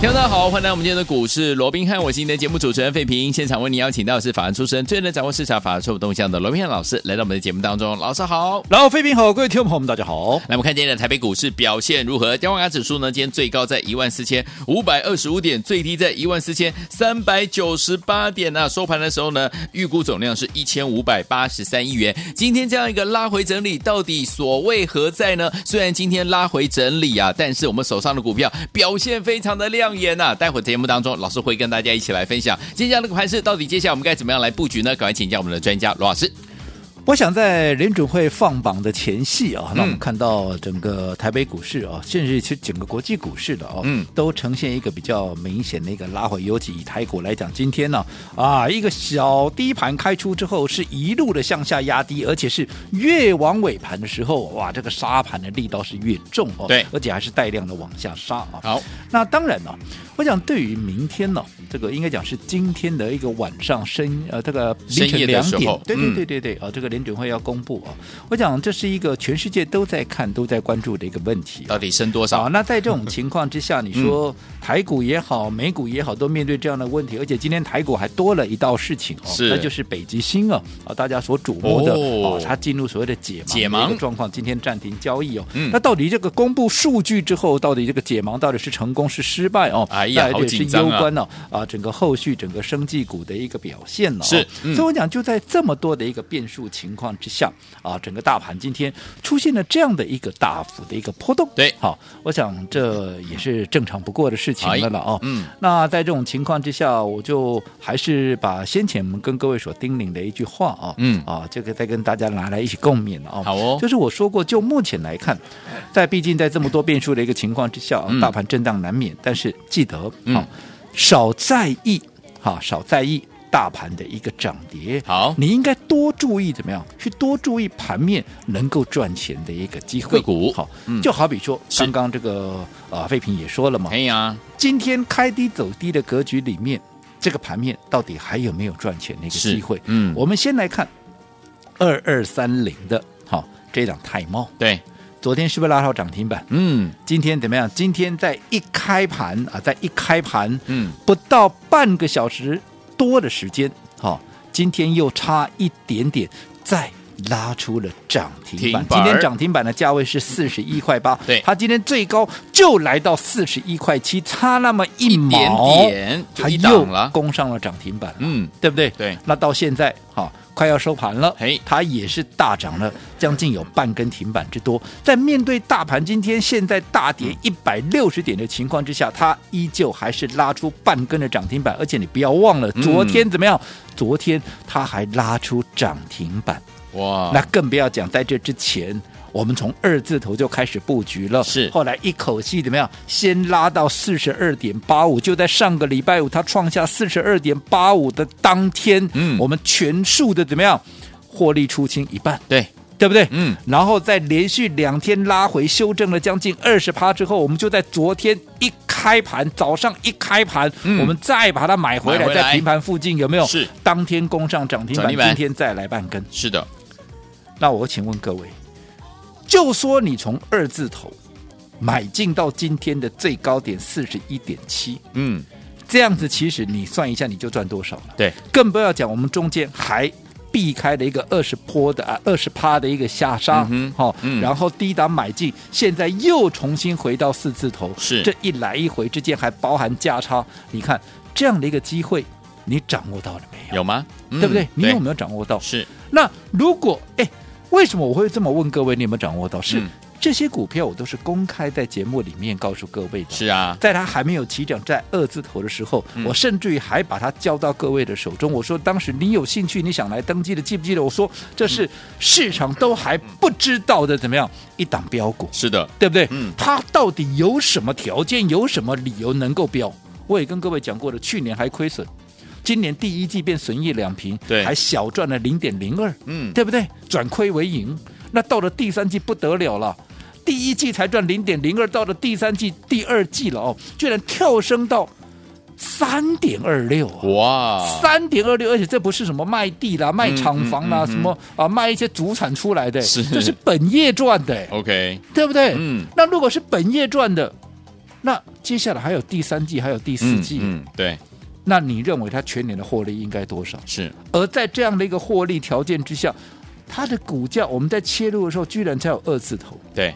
听众大家好，欢迎来到我们今天的股市罗宾汉，我是今天的节目主持人费平。现场为您邀请到的是法案出身、最能掌握市场法律错误动向的罗宾汉老师，来到我们的节目当中。老师好，然后，飞平好，各位听众朋友们，大家好。来，我们看今天的台北股市表现如何？加权指数呢，今天最高在一万四千五百二十五点，最低在一万四千三百九十八点那收盘的时候呢，预估总量是一千五百八十三亿元。今天这样一个拉回整理，到底所谓何在呢？虽然今天拉回整理啊，但是我们手上的股票表现非常的亮眼呐、啊待会节目当中，老师会跟大家一起来分享今天这样的一个盘势，到底接下来我们该怎么样来布局呢？赶快请教我们的专家罗老师。我想在联准会放榜的前夕啊，那我嗯们看到整个台北股市啊，甚至其实整个国际股市的哦，嗯都呈现一个比较明显的一个拉回。尤其以台股来讲，今天呢啊一个小低盘开出之后，是一路的向下压低，而且是越往尾盘的时候，哇，这个杀盘的力道是越重哦，对而且还是带量的往下杀啊。好，那当然了、我想对于明天呢、这个应该讲是今天的一个晚上深呃，这个凌深夜晨的两时候点，对对嗯对对对啊、这个联准会要公布啊、我想这是一个全世界都在看、都在关注的一个问题、啊。到底升多啊呃少？，嗯那在这种情况之下，你说台股也好，美股也好，都面对这样的问题，而且今天台股还多了一道事情哦，是那就是北极星哦，啊，大家所瞩目的哦哦，它进入所谓的解盲解盲的一个状况，今天暂停交易哦嗯。那到底这个公布数据之后，到底这个解盲到底是成功是失败哦？哎呀那好这也是紧张攸啊关呢啊整个后续整个生技股的一个表现了哦。是嗯所以我讲就在这么多的一个变数情况之下啊，整个大盘今天出现了这样的一个大幅的一个波动。对好，我想这也是正常不过的事情哎了了哦。嗯，那在这种情况之下，我就还是把先前我们跟各位所叮咛的一句话啊，嗯啊，这个再跟大家拿来一起共勉了哦。好哦就是我说过，就目前来看，在毕竟在这么多变数的一个情况之下，嗯大盘震荡难免，但是记得好、嗯少在意，好、少在意。大盘的一个涨跌，好你应该多注意怎么样？去多注意盘面能够赚钱的一个机会个股好，嗯就好比说是刚刚这个啊，费平也说了嘛，哎呀，今天开低走低的格局里面，这个盘面到底还有没有赚钱的一个是机会？嗯我们先来看二二三零的，好、这档泰茂，对，昨天是不是拉到涨停板？嗯，今天怎么样？今天在一开盘啊，在一开盘，嗯，不到半个小时多的时间，好、今天又差一点点，再拉出了涨停板。停板今天涨停板的价位是四十一块八，对它今天最高就来到四十一块七，差那么一一点毛，点就它一档又了，攻上了涨停板了，嗯，对不对？对那到现在好、快要收盘了嘿，它也是大涨了，将近有半根停板之多。在面对大盘今天现在大嗯跌一百六十点的情况之下，它依旧还是拉出半根的涨停板，而且你不要忘了，嗯昨天怎么样？昨天它还拉出涨停板，哇，那更不要讲在这之前。我们从二字头就开始布局了，是后来一口气怎么样？先拉到四十二点八五，就在上个礼拜五，它创下四十二点八五的当天，嗯我们全数的怎么样获利出清一半，对，对不对？嗯，然后在连续两天拉回修正了将近二十趴之后，我们就在昨天一开盘早上一开盘，嗯我们再把它买回来，买回来在平盘附近有没有？是当天攻上涨停涨板，停板今天再来半根。是的，那我请问各位，就说你从二字头买进到今天的最高点四十一点七，嗯，这样子其实你算一下你就赚多少了。对，更不要讲我们中间还避开了一个二十坡的啊二十趴的一个下杀，好、嗯哼嗯然后低档买进，现在又重新回到四字头，是这一来一回之间还包含价差，你看这样的一个机会，你掌握到了没有？有吗？嗯对不对？你有没有？有掌握到？是，那如果哎，为什么我会这么问各位？你有没有掌握到？是、嗯这些股票我都是公开在节目里面告诉各位的。是啊，在它还没有起涨，在二字头的时候，嗯我甚至于还把它交到各位的手中。我说，当时你有兴趣，你想来登记的，记不记得？我说，这嗯是市场都还不知道的，怎么样一档标股，是的，对不对？嗯它到底有什么条件，有什么理由能够标？我也跟各位讲过了，去年还亏损，今年第一季变损益两平，对还小赚了零点零二，嗯对不对？转亏为盈，那到了第三季不得了了。第一季才赚零点零二，到了第三季、第二季了哦，居然跳升到三点二六啊！哇，三点二六，而且这不是什么卖地啦、卖厂房啦、嗯嗯嗯什么啊卖一些主产出来的，是这是本业赚的， ，OK，对不对？嗯那如果是本业赚的，那接下来还有第三季，还有第四嗯季，嗯，对，那你认为它全年的获利应该多少？是而在这样的一个获利条件之下，它的股价我们在切入的时候，居然才有二字头，对，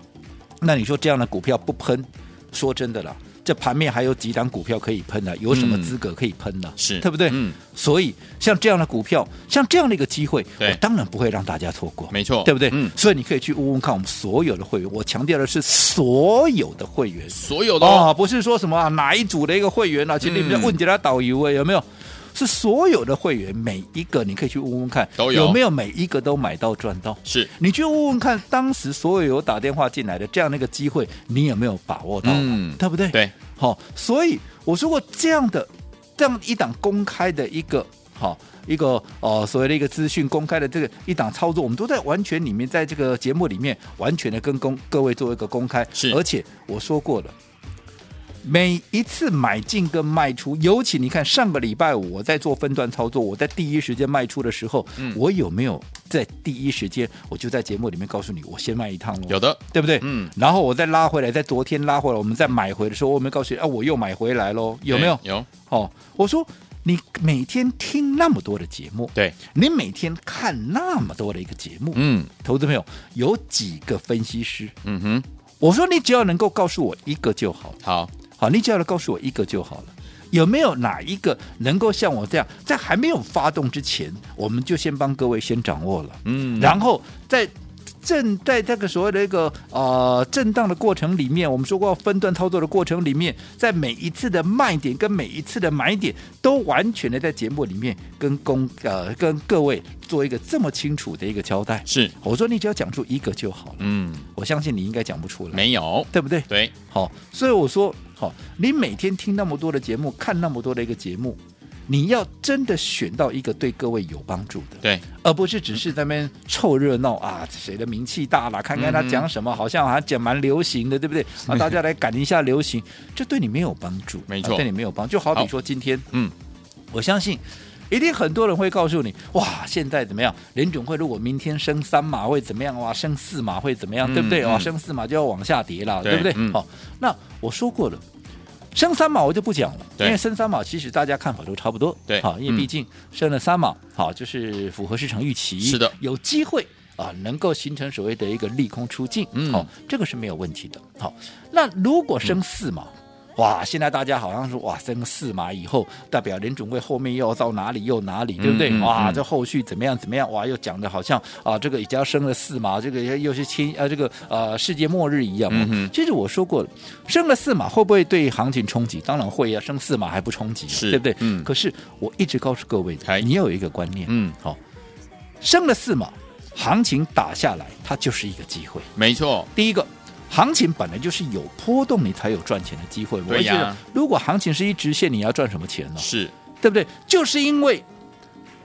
那你说这样的股票不喷，说真的啦。这盘面还有几档股票可以喷的、啊有什么嗯资格可以喷呢、是对不对？嗯，所以像这样的股票，像这样的一个机会，对我当然不会让大家错过，没错，对不对？嗯，所以你可以去问问看我们所有的会员，我强调的是所有的会员所有的哦，哦，不是说什么、啊、哪一组的一个会员啊，其实你们嗯要问其他导游哎，有没有？是所有的会员每一个，你可以去问问看，都有没有每一个都买到赚到。是你去问问看，当时所有有打电话进来的这样的一个机会，你有没有把握到？嗯对不对？对，好、所以我说过这样的这样一档公开的一个好、一个呃所谓的一个资讯公开的这个一档操作，我们都在完全里面在这个节目里面完全的跟公各位做一个公开，是而且我说过了。每一次买进跟卖出，尤其你看上个礼拜五我在做分段操作，我在第一时间卖出的时候，嗯我有没有在第一时间我就在节目里面告诉你，我先卖一趟喽？有的，对不对？嗯，然后我再拉回来，在昨天拉回来，我们再买回的时候，我有没有告诉你啊？我又买回来喽，有没有？对有，哦，我说你每天听那么多的节目，对，你每天看那么多的一个节目，嗯投资朋友有几个分析师？嗯哼，我说你只要能够告诉我一个就好了，好，好，你只要能告诉我一个就好了。有没有哪一个能够像我这样，在还没有发动之前，我们就先帮各位先掌握了？嗯，然后在震在这个所谓的一个呃震荡的过程里面，我们说过分段操作的过程里面，在每一次的卖点跟每一次的买点，都完全的在节目里面跟公呃跟各位做一个这么清楚的一个交代。是，我说你只要讲出一个就好了，嗯，我相信你应该讲不出来，没有，对不对？对，好，所以我说，好，你每天听那么多的节目，看那么多的一个节目，你要真的选到一个对各位有帮助的，对，而不是只是在那边凑热闹啊，谁的名气大了，看看他讲什么，好像还讲蛮流行的，对不对？啊，大家来赶一下流行，这对你没有帮助，嗯没错啊对你没有帮助。就好好比说今天，嗯，我相信。一定很多人会告诉你，哇，现在怎么样？联准会如果明天升三码会怎么样？哇，升四码会怎么样？嗯对不对？哇，嗯升四码就要往下跌了，对对不对？好、嗯那我说过了，升三码我就不讲了，因对为升三码其实大家看法都差不多，对好，因嗯为毕竟升了三码，好，就是符合市场预期，是的有机会啊，能够形成所谓的一个利空出尽，嗯好，这个是没有问题的，好，那如果升四码。哇！现在大家好像说哇，升四码以后，代表联准会后面又要到哪里又哪里，对不对？嗯嗯哇，嗯这后续怎么样怎么样？哇，又讲的好像啊，这个已经要升了四码，这个又是千呃、这个呃世界末日一样嘛。嗯哼其实我说过了，升了四码会不会对行情冲击？当然会啊，升四码还不冲击啊、是对不对？嗯可是我一直告诉各位哎，你要有一个观念，嗯，好、升了四码，行情打下来，它就是一个机会。没错，第一个，行情本来就是有波动，你才有赚钱的机会。对呀我一直讲如果行情是一直线，你要赚什么钱呢？是，对不对？就是因为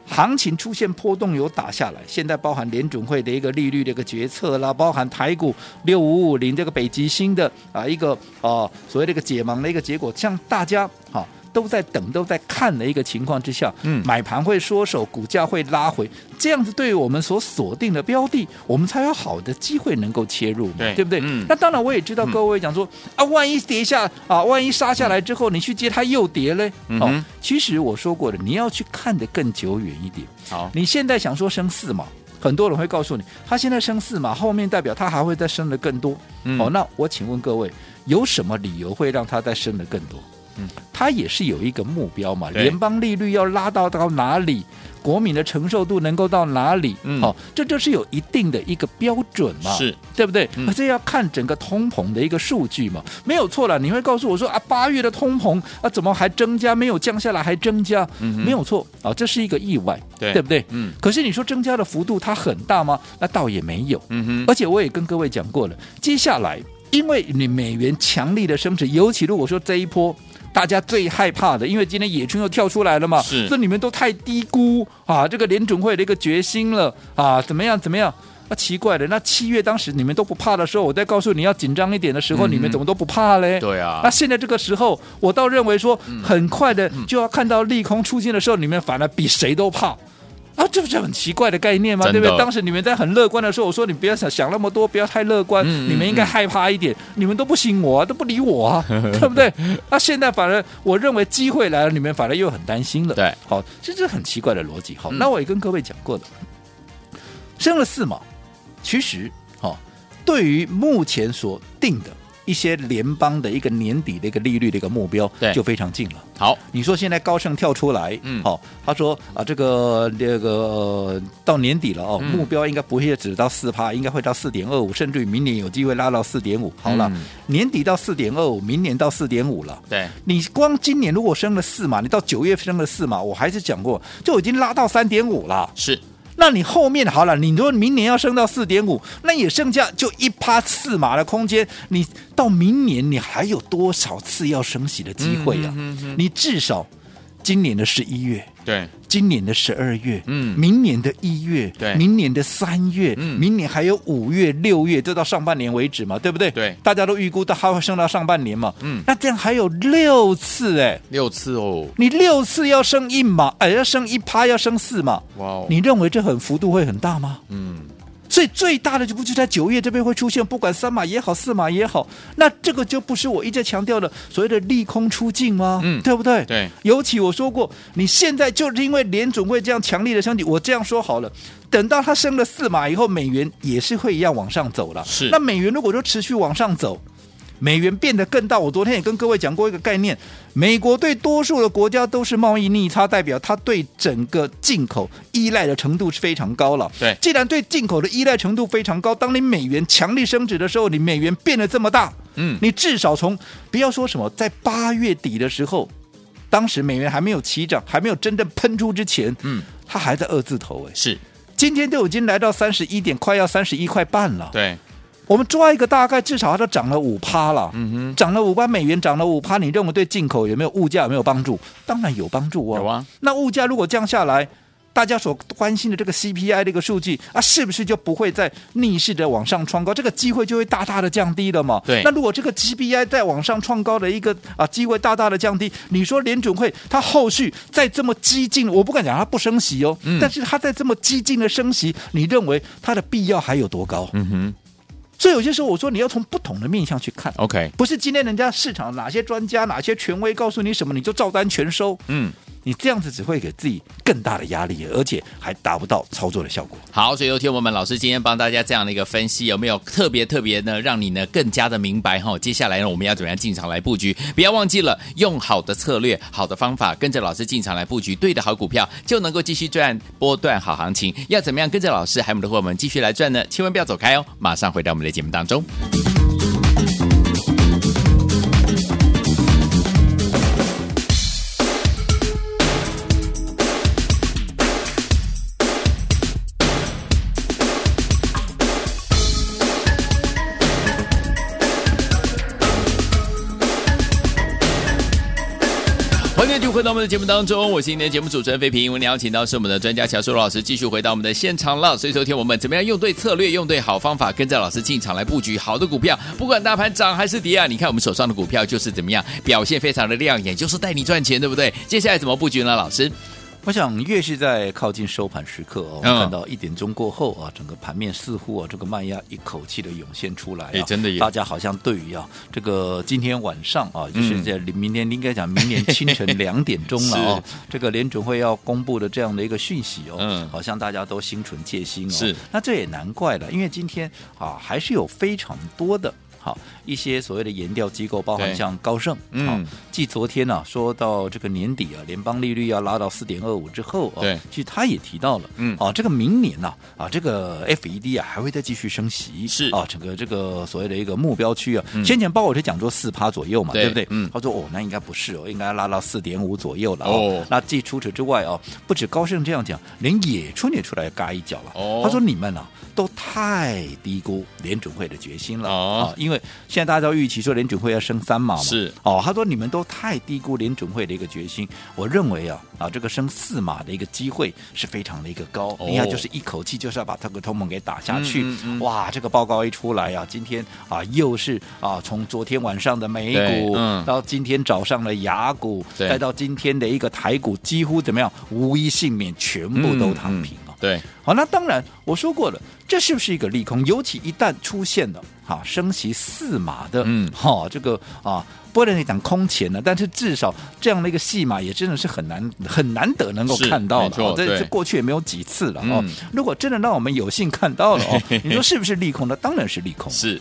行情出现波动有打下来，现在包含联准会的一个利率的一个决策啦，包含台股六五五零这个北极星的啊一个呃所谓的一个解盲的一个结果，像大家哈、都在等都在看的一个情况之下，嗯买盘会缩手，股价会拉回，这样子对于我们所锁定的标的，我们才有好的机会能够切入嘛，对不对？嗯那当然我也知道各位讲说、啊，万一跌下啊，万一杀下来之后，你去接它又跌嘞，哦嗯哼其实我说过的，你要去看得更久远一点。好，你现在想说升四嘛，很多人会告诉你，它现在升四嘛，后面代表它还会再升的更多。嗯哦，那我请问各位，有什么理由会让它再升的更多？嗯，它也是有一个目标嘛，对联邦利率要拉到到哪里，国民的承受度能够到哪里？嗯哦，这就是有一定的一个标准嘛。是，对不对？嗯而这要看整个通膨的一个数据嘛，没有错了。你会告诉我说啊，八月的通膨啊，怎么还增加？没有降下来，还增加？嗯哼没有错啊，这是一个意外，对不对？嗯可是你说增加的幅度它很大吗？那倒也没有。嗯哼，而且我也跟各位讲过了，接下来因为你美元强力的升值，尤其如果说这一波大家最害怕的，因为今天野村又跳出来了嘛，是这你们都太低估啊这个联准会的一个决心了啊，怎么样怎么样？那、奇怪了，那七月当时你们都不怕的时候，我再告诉你要紧张一点的时候，嗯你们怎么都不怕嘞？对啊那现在这个时候，我倒认为说，很快的就要看到利空出现的时候，你们反而比谁都怕。啊，这不是很奇怪的概念吗？真对的不对？当时你们在很乐观的时候，我说你不要想想那么多，不要太乐观，嗯嗯你们应该害怕一点。你们都不信我、啊，都不理我 啊，对不对？那现在反而我认为机会来了，你们反而又很担心了。对，好，这是很奇怪的逻辑。好，嗯那我也跟各位讲过的，升了四毛，其实哦，对于目前所定的一些联邦的一个年底的一个利率的一个目标对，就非常近了。好，你说现在高盛跳出来，嗯好、他说啊，这个这个、呃到年底了哦，嗯目标应该不会只到四趴，应该会到四点二五，甚至于明年有机会拉到四点五。好了，嗯年底到四点二五，明年到四点五了。对，你光今年如果升了四嘛，你到九月升了四嘛，我还是讲过，就已经拉到三点五了。是那你后面好了，你如果明年要升到四点五，那也剩下就一趴四码的空间。你到明年你还有多少次要升息的机会呀、嗯哼哼哼你至少今年的十一月。对，今年的十二月，嗯明年的一月，对明年的三月，嗯明年还有五月、六月，就到上半年为止嘛，对不对？对大家都预估到它会升到上半年嘛，嗯那这样还有六次哎、六次哦，你六次要升一码，哎、要升一趴，要升四码，哇哦，你认为这很幅度会很大吗？嗯，所以最大的就不就在九月这边会出现，不管三码也好，四码也好，那这个就不是我一直强调的所谓的利空出尽吗？嗯对不对？对。尤其我说过，你现在就是因为联准会这样强力的升息，我这样说好了，等到它升了四码以后，美元也是会一样往上走了。是那美元如果说持续往上走。美元变得更大，我昨天也跟各位讲过一个概念，美国对多数的国家都是贸易逆差，代表它对整个进口依赖的程度是非常高了。对既然对进口的依赖程度非常高，当你美元强力升值的时候，你美元变得这么大，嗯你至少从不要说什么，在八月底的时候，当时美元还没有起涨，还没有真正喷出之前，嗯，它还在二字头哎，是今天都已经来到三十一点，快要三十一块半了。对，我们抓一个大概，至少它都涨了五趴了，嗯哼，涨了五趴，美元涨了五趴，你认为对进口有没有物价有没有帮助？当然有帮助啊，有啊，那物价如果降下来，大家所关心的这个 CPI 这个数据啊，是不是就不会再逆势的往上创高？这个机会就会大大的降低了嘛？对那如果这个 CPI 再往上创高的一个啊机会大大的降低，你说联准会它后续再这么激进，我不敢讲它不升息哦，嗯但是它再这么激进的升息，你认为它的必要还有多高？嗯哼所以有些时候我说你要从不同的面向去看。 ，OK，不是今天人家市场哪些专家、哪些权威告诉你什么，你就照单全收。嗯。你这样子只会给自己更大的压力，而且还达不到操作的效果。好，所以有听我们老师今天帮大家这样的一个分析，有没有特别特别呢，让你呢更加的明白哈、接下来呢，我们要怎么样进场来布局？不要忘记了用好的策略、好的方法，跟着老师进场来布局，对的好股票就能够继续赚波段好行情。要怎么样跟着老师还有我们的伙伴们继续来赚呢？千万不要走开哦，马上回到我们的节目当中。欢迎继续回到我们的节目当中，我是今天的节目主持人费平。我们邀请到是我们的专家乔舒老师，继续回到我们的现场了。所以，昨天我们怎么样用对策略，用对好方法，跟着老师进场来布局好的股票，不管大盘涨还是跌啊，你看我们手上的股票就是怎么样表现非常的亮眼，就是带你赚钱，对不对？接下来怎么布局呢？老师，我想越是在靠近收盘时刻哦，嗯看到一点钟过后啊，整个盘面似乎啊这个卖压一口气的涌现出来、啊，哎真的耶大家好像对于啊这个今天晚上啊，就嗯是在明天应该讲明年清晨两点钟 了哦，这个联准会要公布的这样的一个讯息哦，嗯好像大家都心存戒心哦，是，那这也难怪了，因为今天啊还是有非常多的。好，一些所谓的研调机构，包对含像高盛，嗯好继昨天呢、说到这个年底啊，联邦利率要拉到四点二五之后啊，对其实他也提到了，嗯啊，这个明年呐、啊，这个 FED 啊还会再继续升息，是啊，整个这个所谓的一个目标区啊，嗯先前鲍我就讲说四趴左右嘛，对对不对？嗯他说哦，那应该不是哦，应该拉到四点五左右了啊哦那既除此之外哦，不止高盛这样讲，连野春也出来嘎一脚了，哦啊他说你们呐、都太低估联准会的决心了、哦啊，因为为现在大家都预期说联准会要升三码嘛，是哦，他说你们都太低估联准会的一个决心，我认为啊啊这个升四码的一个机会是非常的一个高，哦你看就是一口气就是要把这个通膨给打下去，嗯嗯嗯哇，这个报告一出来啊，今天啊又是啊从昨天晚上的美股对、嗯到今天早上的雅股，对再到今天的一个台股，几乎怎么样无一幸免，全部都躺嗯平啊。对，好，那当然，我说过了，这是不是一个利空？尤其一旦出现了哈、升息四码的，嗯哈、这个啊，不能讲空前了，但是至少这样的一个戏码也真的是很难很难得能够是看到没的，错哦这对这过去也没有几次了哦嗯。如果真的让我们有幸看到了哦，你说是不是利空呢？当然是利空，是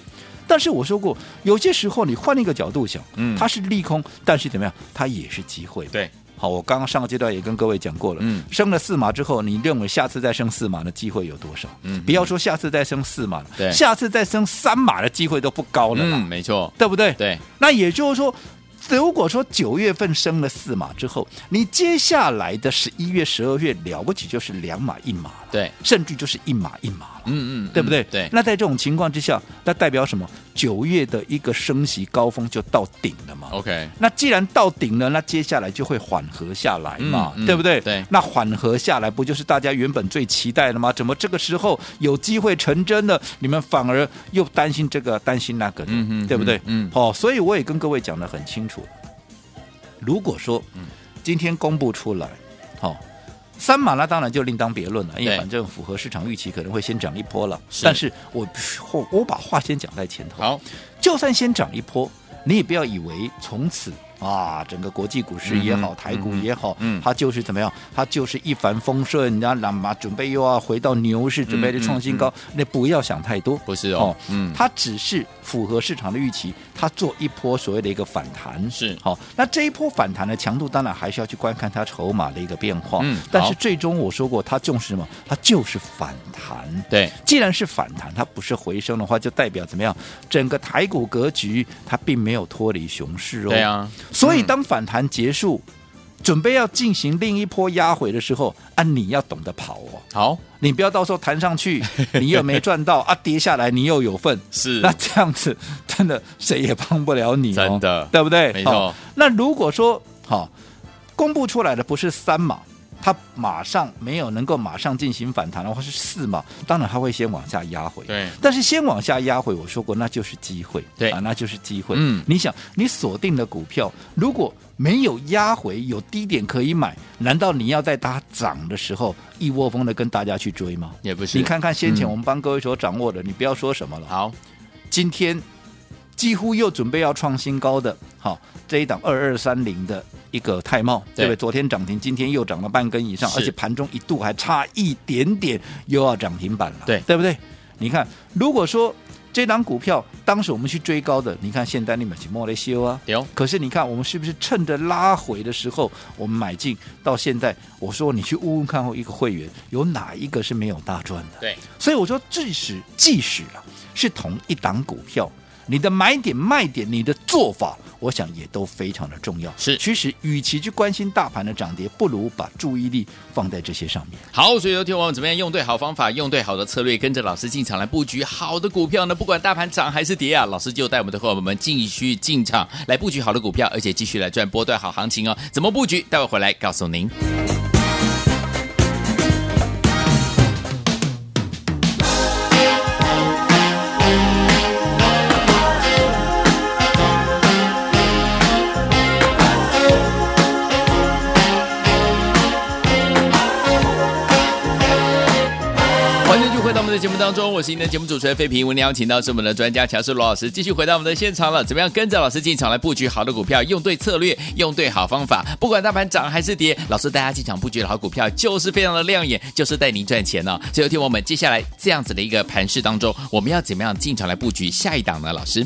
但是我说过，有些时候你换一个角度想，嗯它是利空，但是怎么样，它也是机会。对，好，我刚刚上个阶段也跟各位讲过了，嗯升了四码之后，你认为下次再升四码的机会有多少？嗯不要说下次再升四码了，对下次再升三码的机会都不高了啦，嗯，没错，对不对？对，那也就是说，如果说九月份升了四码之后，你接下来的十一月、十二月了不起就是两码一码了，对，甚至就是一码一码了。嗯嗯，对不对？嗯对，那在这种情况之下，那代表什么？九月的一个升息高峰就到顶了嘛。 OK，那既然到顶了，那接下来就会缓和下来嘛，嗯嗯对不对？对那缓和下来，不就是大家原本最期待的吗？怎么这个时候有机会成真的，你们反而又担心这个担心那个的，嗯哼对不对？嗯嗯哦，所以我也跟各位讲的很清楚，如果说今天公布出来，好、三马那当然就另当别论了，因为对反正符合市场预期，可能会先涨一波了。是但是我我我把话先讲在前头，好，就算先涨一波，你也不要以为从此啊，整个国际股市也好，嗯哼台嗯股哼也好，嗯它就是怎么样，它就是一帆风顺，然后那嘛准备又要回到牛市，准备嗯嗯创新高，那不要想太多。不是哦，嗯，它只是符合市场的预期，它做一波所谓的一个反弹是好、那这一波反弹的强度，当然还是要去观看它筹码的一个变化。嗯但好是最终我说过，它就是什么？它就是反弹。对，既然是反弹，它不是回升的话，就代表怎么样？整个台股格局它并没有脱离熊市哦。对啊，所以嗯当反弹结束，准备要进行另一波压回的时候，啊，你要懂得跑哦。好，你不要到时候弹上去，你又没赚到啊，跌下来你又有份，是那这样子真的谁也帮不了你、哦，真的对不对？没错好那如果说好、公布出来的不是三码，它马上没有能够马上进行反弹的话是四码，当然它会先往下压回。对但是先往下压回，我说过那就是机会，对啊，那就是机会。嗯你想，你锁定的股票如果没有压回，有低点可以买，难道你要在它涨的时候一窝蜂的跟大家去追吗？也不是，你看看先前嗯我们帮各位所掌握的，你不要说什么了，好，今天几乎又准备要创新高的，好这一档二二三零的一个泰茂，对对不对？昨天涨停，今天又涨了半根以上，是而且盘中一度还差一点点又要涨停板了，对对不对？你看，如果说这档股票当时我们去追高的，你看现在你们去莫雷修啊，有，可是你看，我们是不是趁着拉回的时候，我们买进？到现在，我说你去问问看，一个会员有哪一个是没有大赚的？对，所以我说，即使即使啊，是同一档股票，你的买点、卖点、你的做法，我想也都非常的重要。是其实与其去关心大盘的涨跌，不如把注意力放在这些上面。好，所以有听我们怎么样用对好方法，用对好的策略，跟着老师进场来布局好的股票呢？不管大盘涨还是跌啊，老师就带我们的伙伴们继续进场来布局好的股票，而且继续来赚波段好行情哦。怎么布局？待会回来告诉您。欢迎继续回到我们的节目当中，我是您的节目主持人费平。我们邀请到是我们的专家乔世罗老师，继续回到我们的现场了。怎么样跟着老师进场来布局好的股票，用对策略，用对好方法，不管大盘涨还是跌，老师带大家进场布局的好股票就是非常的亮眼，就是带您赚钱呢、所以，听我们接下来这样子的一个盘势当中，我们要怎么样进场来布局下一档呢？老师，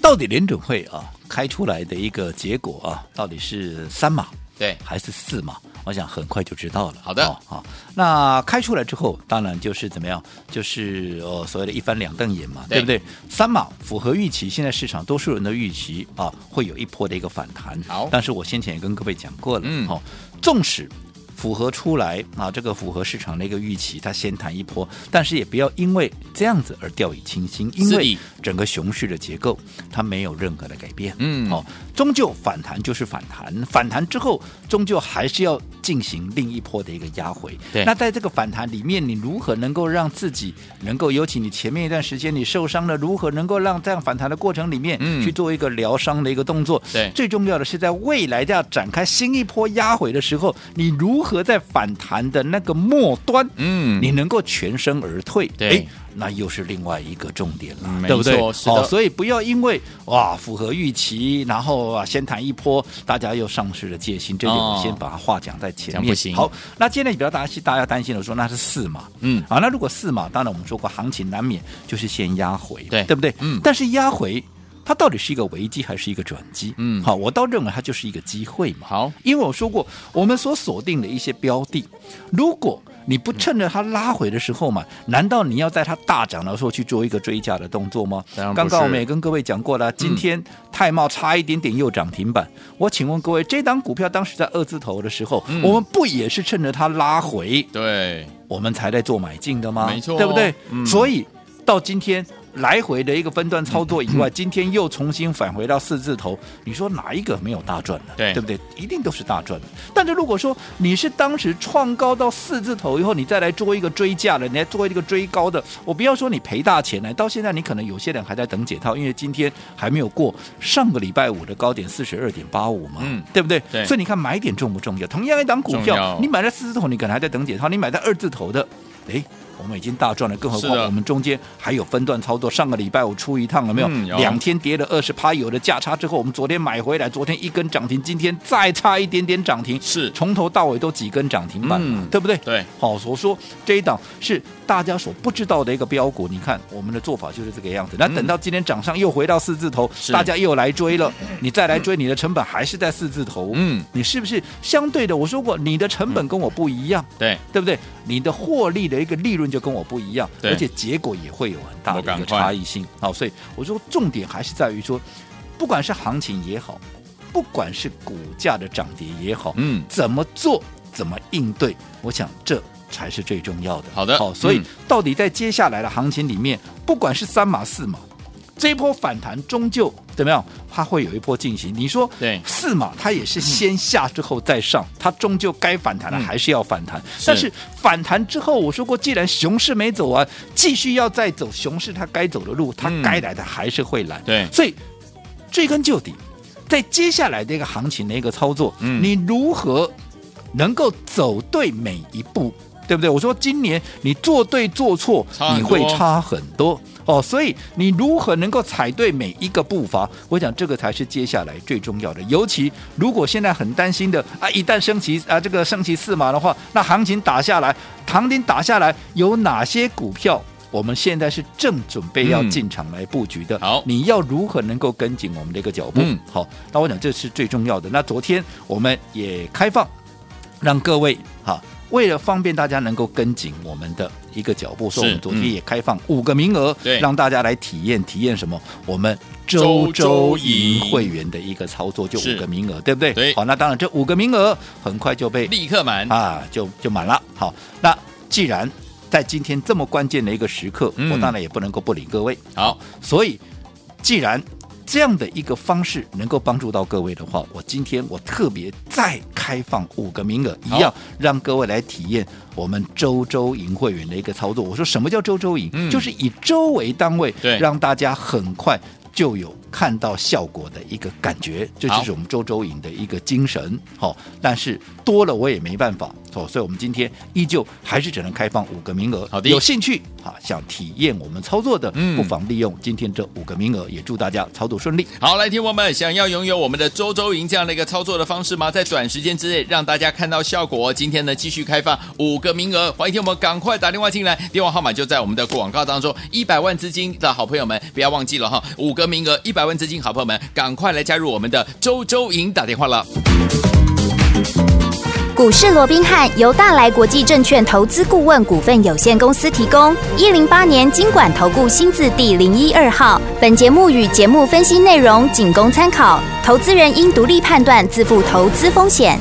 到底联准会啊开出来的一个结果啊，到底是三码对，还是四嘛？我想很快就知道了。好的哦好、那开出来之后，当然就是怎么样，就是呃所谓的一翻两瞪眼嘛，对对不对？三码符合预期，现在市场多数人的预期啊，会有一波的一个反弹。好但是我先前也跟各位讲过了，哦嗯好、纵使符合出来啊，这个符合市场的一个预期，它先弹一波，但是也不要因为这样子而掉以轻心，因是为的整个熊市的结构它没有任何的改变，嗯哦，终究反弹就是反弹，反弹之后终究还是要进行另一波的一个压回，对那在这个反弹里面，你如何能够让自己能够，尤其你前面一段时间你受伤了，如何能够让这样反弹的过程里面、嗯去做一个疗伤的一个动作？对最重要的是在未来要展开新一波压回的时候，你如何在反弹的那个末端，嗯你能够全身而退？对诶。那又是另外一个重点了，嗯对不对没错？是的所以不要因为哇符合预期，然后啊先谈一波，大家又丧失了戒心，这点我哦先把它话讲在前这面样不行好，那现在比较大家大家担心的说，那是四码，嗯啊，那如果四码，当然我们说过，行情难免就是先压回，对对不对？嗯但是压回。它到底是一个危机还是一个转机？嗯好，我倒认为它就是一个机会嘛。好，因为我说过，我们所锁定的一些标的，如果你不趁着它拉回的时候嘛，难道你要在它大涨的时候去做一个追加的动作吗？当然不是嗯刚刚我们也跟各位讲过了，今天泰茂差一点点又涨停板。我请问各位，这档股票当时在二字头的时候，嗯我们不也是趁着它拉回，对，我们才在做买进的吗？没错对不对？嗯所以到今天来回的一个分段操作以外，嗯今天又重新返回到四字头，你说哪一个没有大赚呢？对对不对？一定都是大赚的。但是如果说你是当时创高到四字头以后，你再来做一个追价的，你来做一个追高的，我不要说你赔大钱了，到现在你可能有些人还在等解套，因为今天还没有过上个礼拜五的高点四十二点八五嘛，嗯对不对？对所以你看买点重不重要？同样一档股重要票，你买在四字头，你可能还在等解套；你买在二字头的，诶，我们已经大赚了，更何是况的我们中间还有分段操作。上个礼拜我出一趟了没有？嗯有两天跌了二十趴，有了价差之后，我们昨天买回来，昨天一根涨停，今天再差一点点涨停，是从头到尾都几根涨停板嘛，嗯对不对？对，好，所说这一档是大家所不知道的一个标股，你看我们的做法就是这个样子。那嗯等到今天涨上又回到四字头是，大家又来 追了，你再来追，你的成本还是在四字头，嗯，你是不是相对的？我说过，你的成本跟我不一样，对，对不对？你的获利的一个利润就跟我不一样，对而且结果也会有很大我的赶一快个差异性。好，所以我说重点还是在于说，不管是行情也好，不管是股价的涨跌也好，嗯，怎么做，怎么应对，我想这。才是最重要的。好的好，所以嗯到底在接下来的行情里面，不管是三码四码，这一波反弹终究怎么样？它会有一波进行。你说对四码，它也是先下之后再上，它终究该反弹的嗯还是要反弹。但是反弹之后，我说过，既然熊市没走完，继续要再走熊市它该走的路，它嗯该来的还是会来。对所以追根究底，在接下来的一个行情的一个操作，嗯你如何能够走对每一步，对不对？我说今年你做对做错差，很你多会差很多。哦，所以你如何能够踩对每一个步伐？我想这个才是接下来最重要的。尤其如果现在很担心的啊，一旦升旗啊，这个升旗四码的话，那行情打下来，行情打下来，有哪些股票我们现在是正准备要嗯进场来布局的？好你要如何能够跟紧我们的一个脚步？嗯好，那我想这是最重要的。那昨天我们也开放，让各位哈，为了方便大家能够跟紧我们的一个脚步，所以我们昨天也开放五个名额，嗯对让大家来体验体验什么？我们周周周周赢赢会员的一个操作，就是五个名额，对不对？对好，那当然这五个名额很快就被立刻满，啊，就就满了。好，那既然在今天这么关键的一个时刻，嗯我当然也不能够不理各位。好，所以既然这样的一个方式能够帮助到各位的话，我今天我特别再开放五个名额，一好样让各位来体验我们周周赢会员的一个操作。我说什么叫周周赢？嗯就是以周为单位对，让大家很快。就有看到效果的一个感觉，这好就是我们周周赢的一个精神。好、但是多了我也没办法，哦，所以我们今天依旧还是只能开放五个名额。好的有兴趣啊，想体验我们操作的，嗯不妨。利用今天这五个名额，也祝大家操作顺利。好，来，听我们想要拥有我们的周周赢这样的一个操作的方式吗？在短时间之内让大家看到效果、今天呢，继续开放五个名额，欢迎听我们赶快打电话进来，电话号码就在我们的广告当中。一百万资金的好朋友们，不要忘记了哈，五个名额，一百万资金好朋友们，赶快来加入我们的周周赢，打电话了。股市罗宾汉由大来国际证券投资顾问股份有限公司提供。一零八年经管投顾新字第零一二号。本节目与节目分析内容仅供参考，投资人应独立判断，自负投资风险。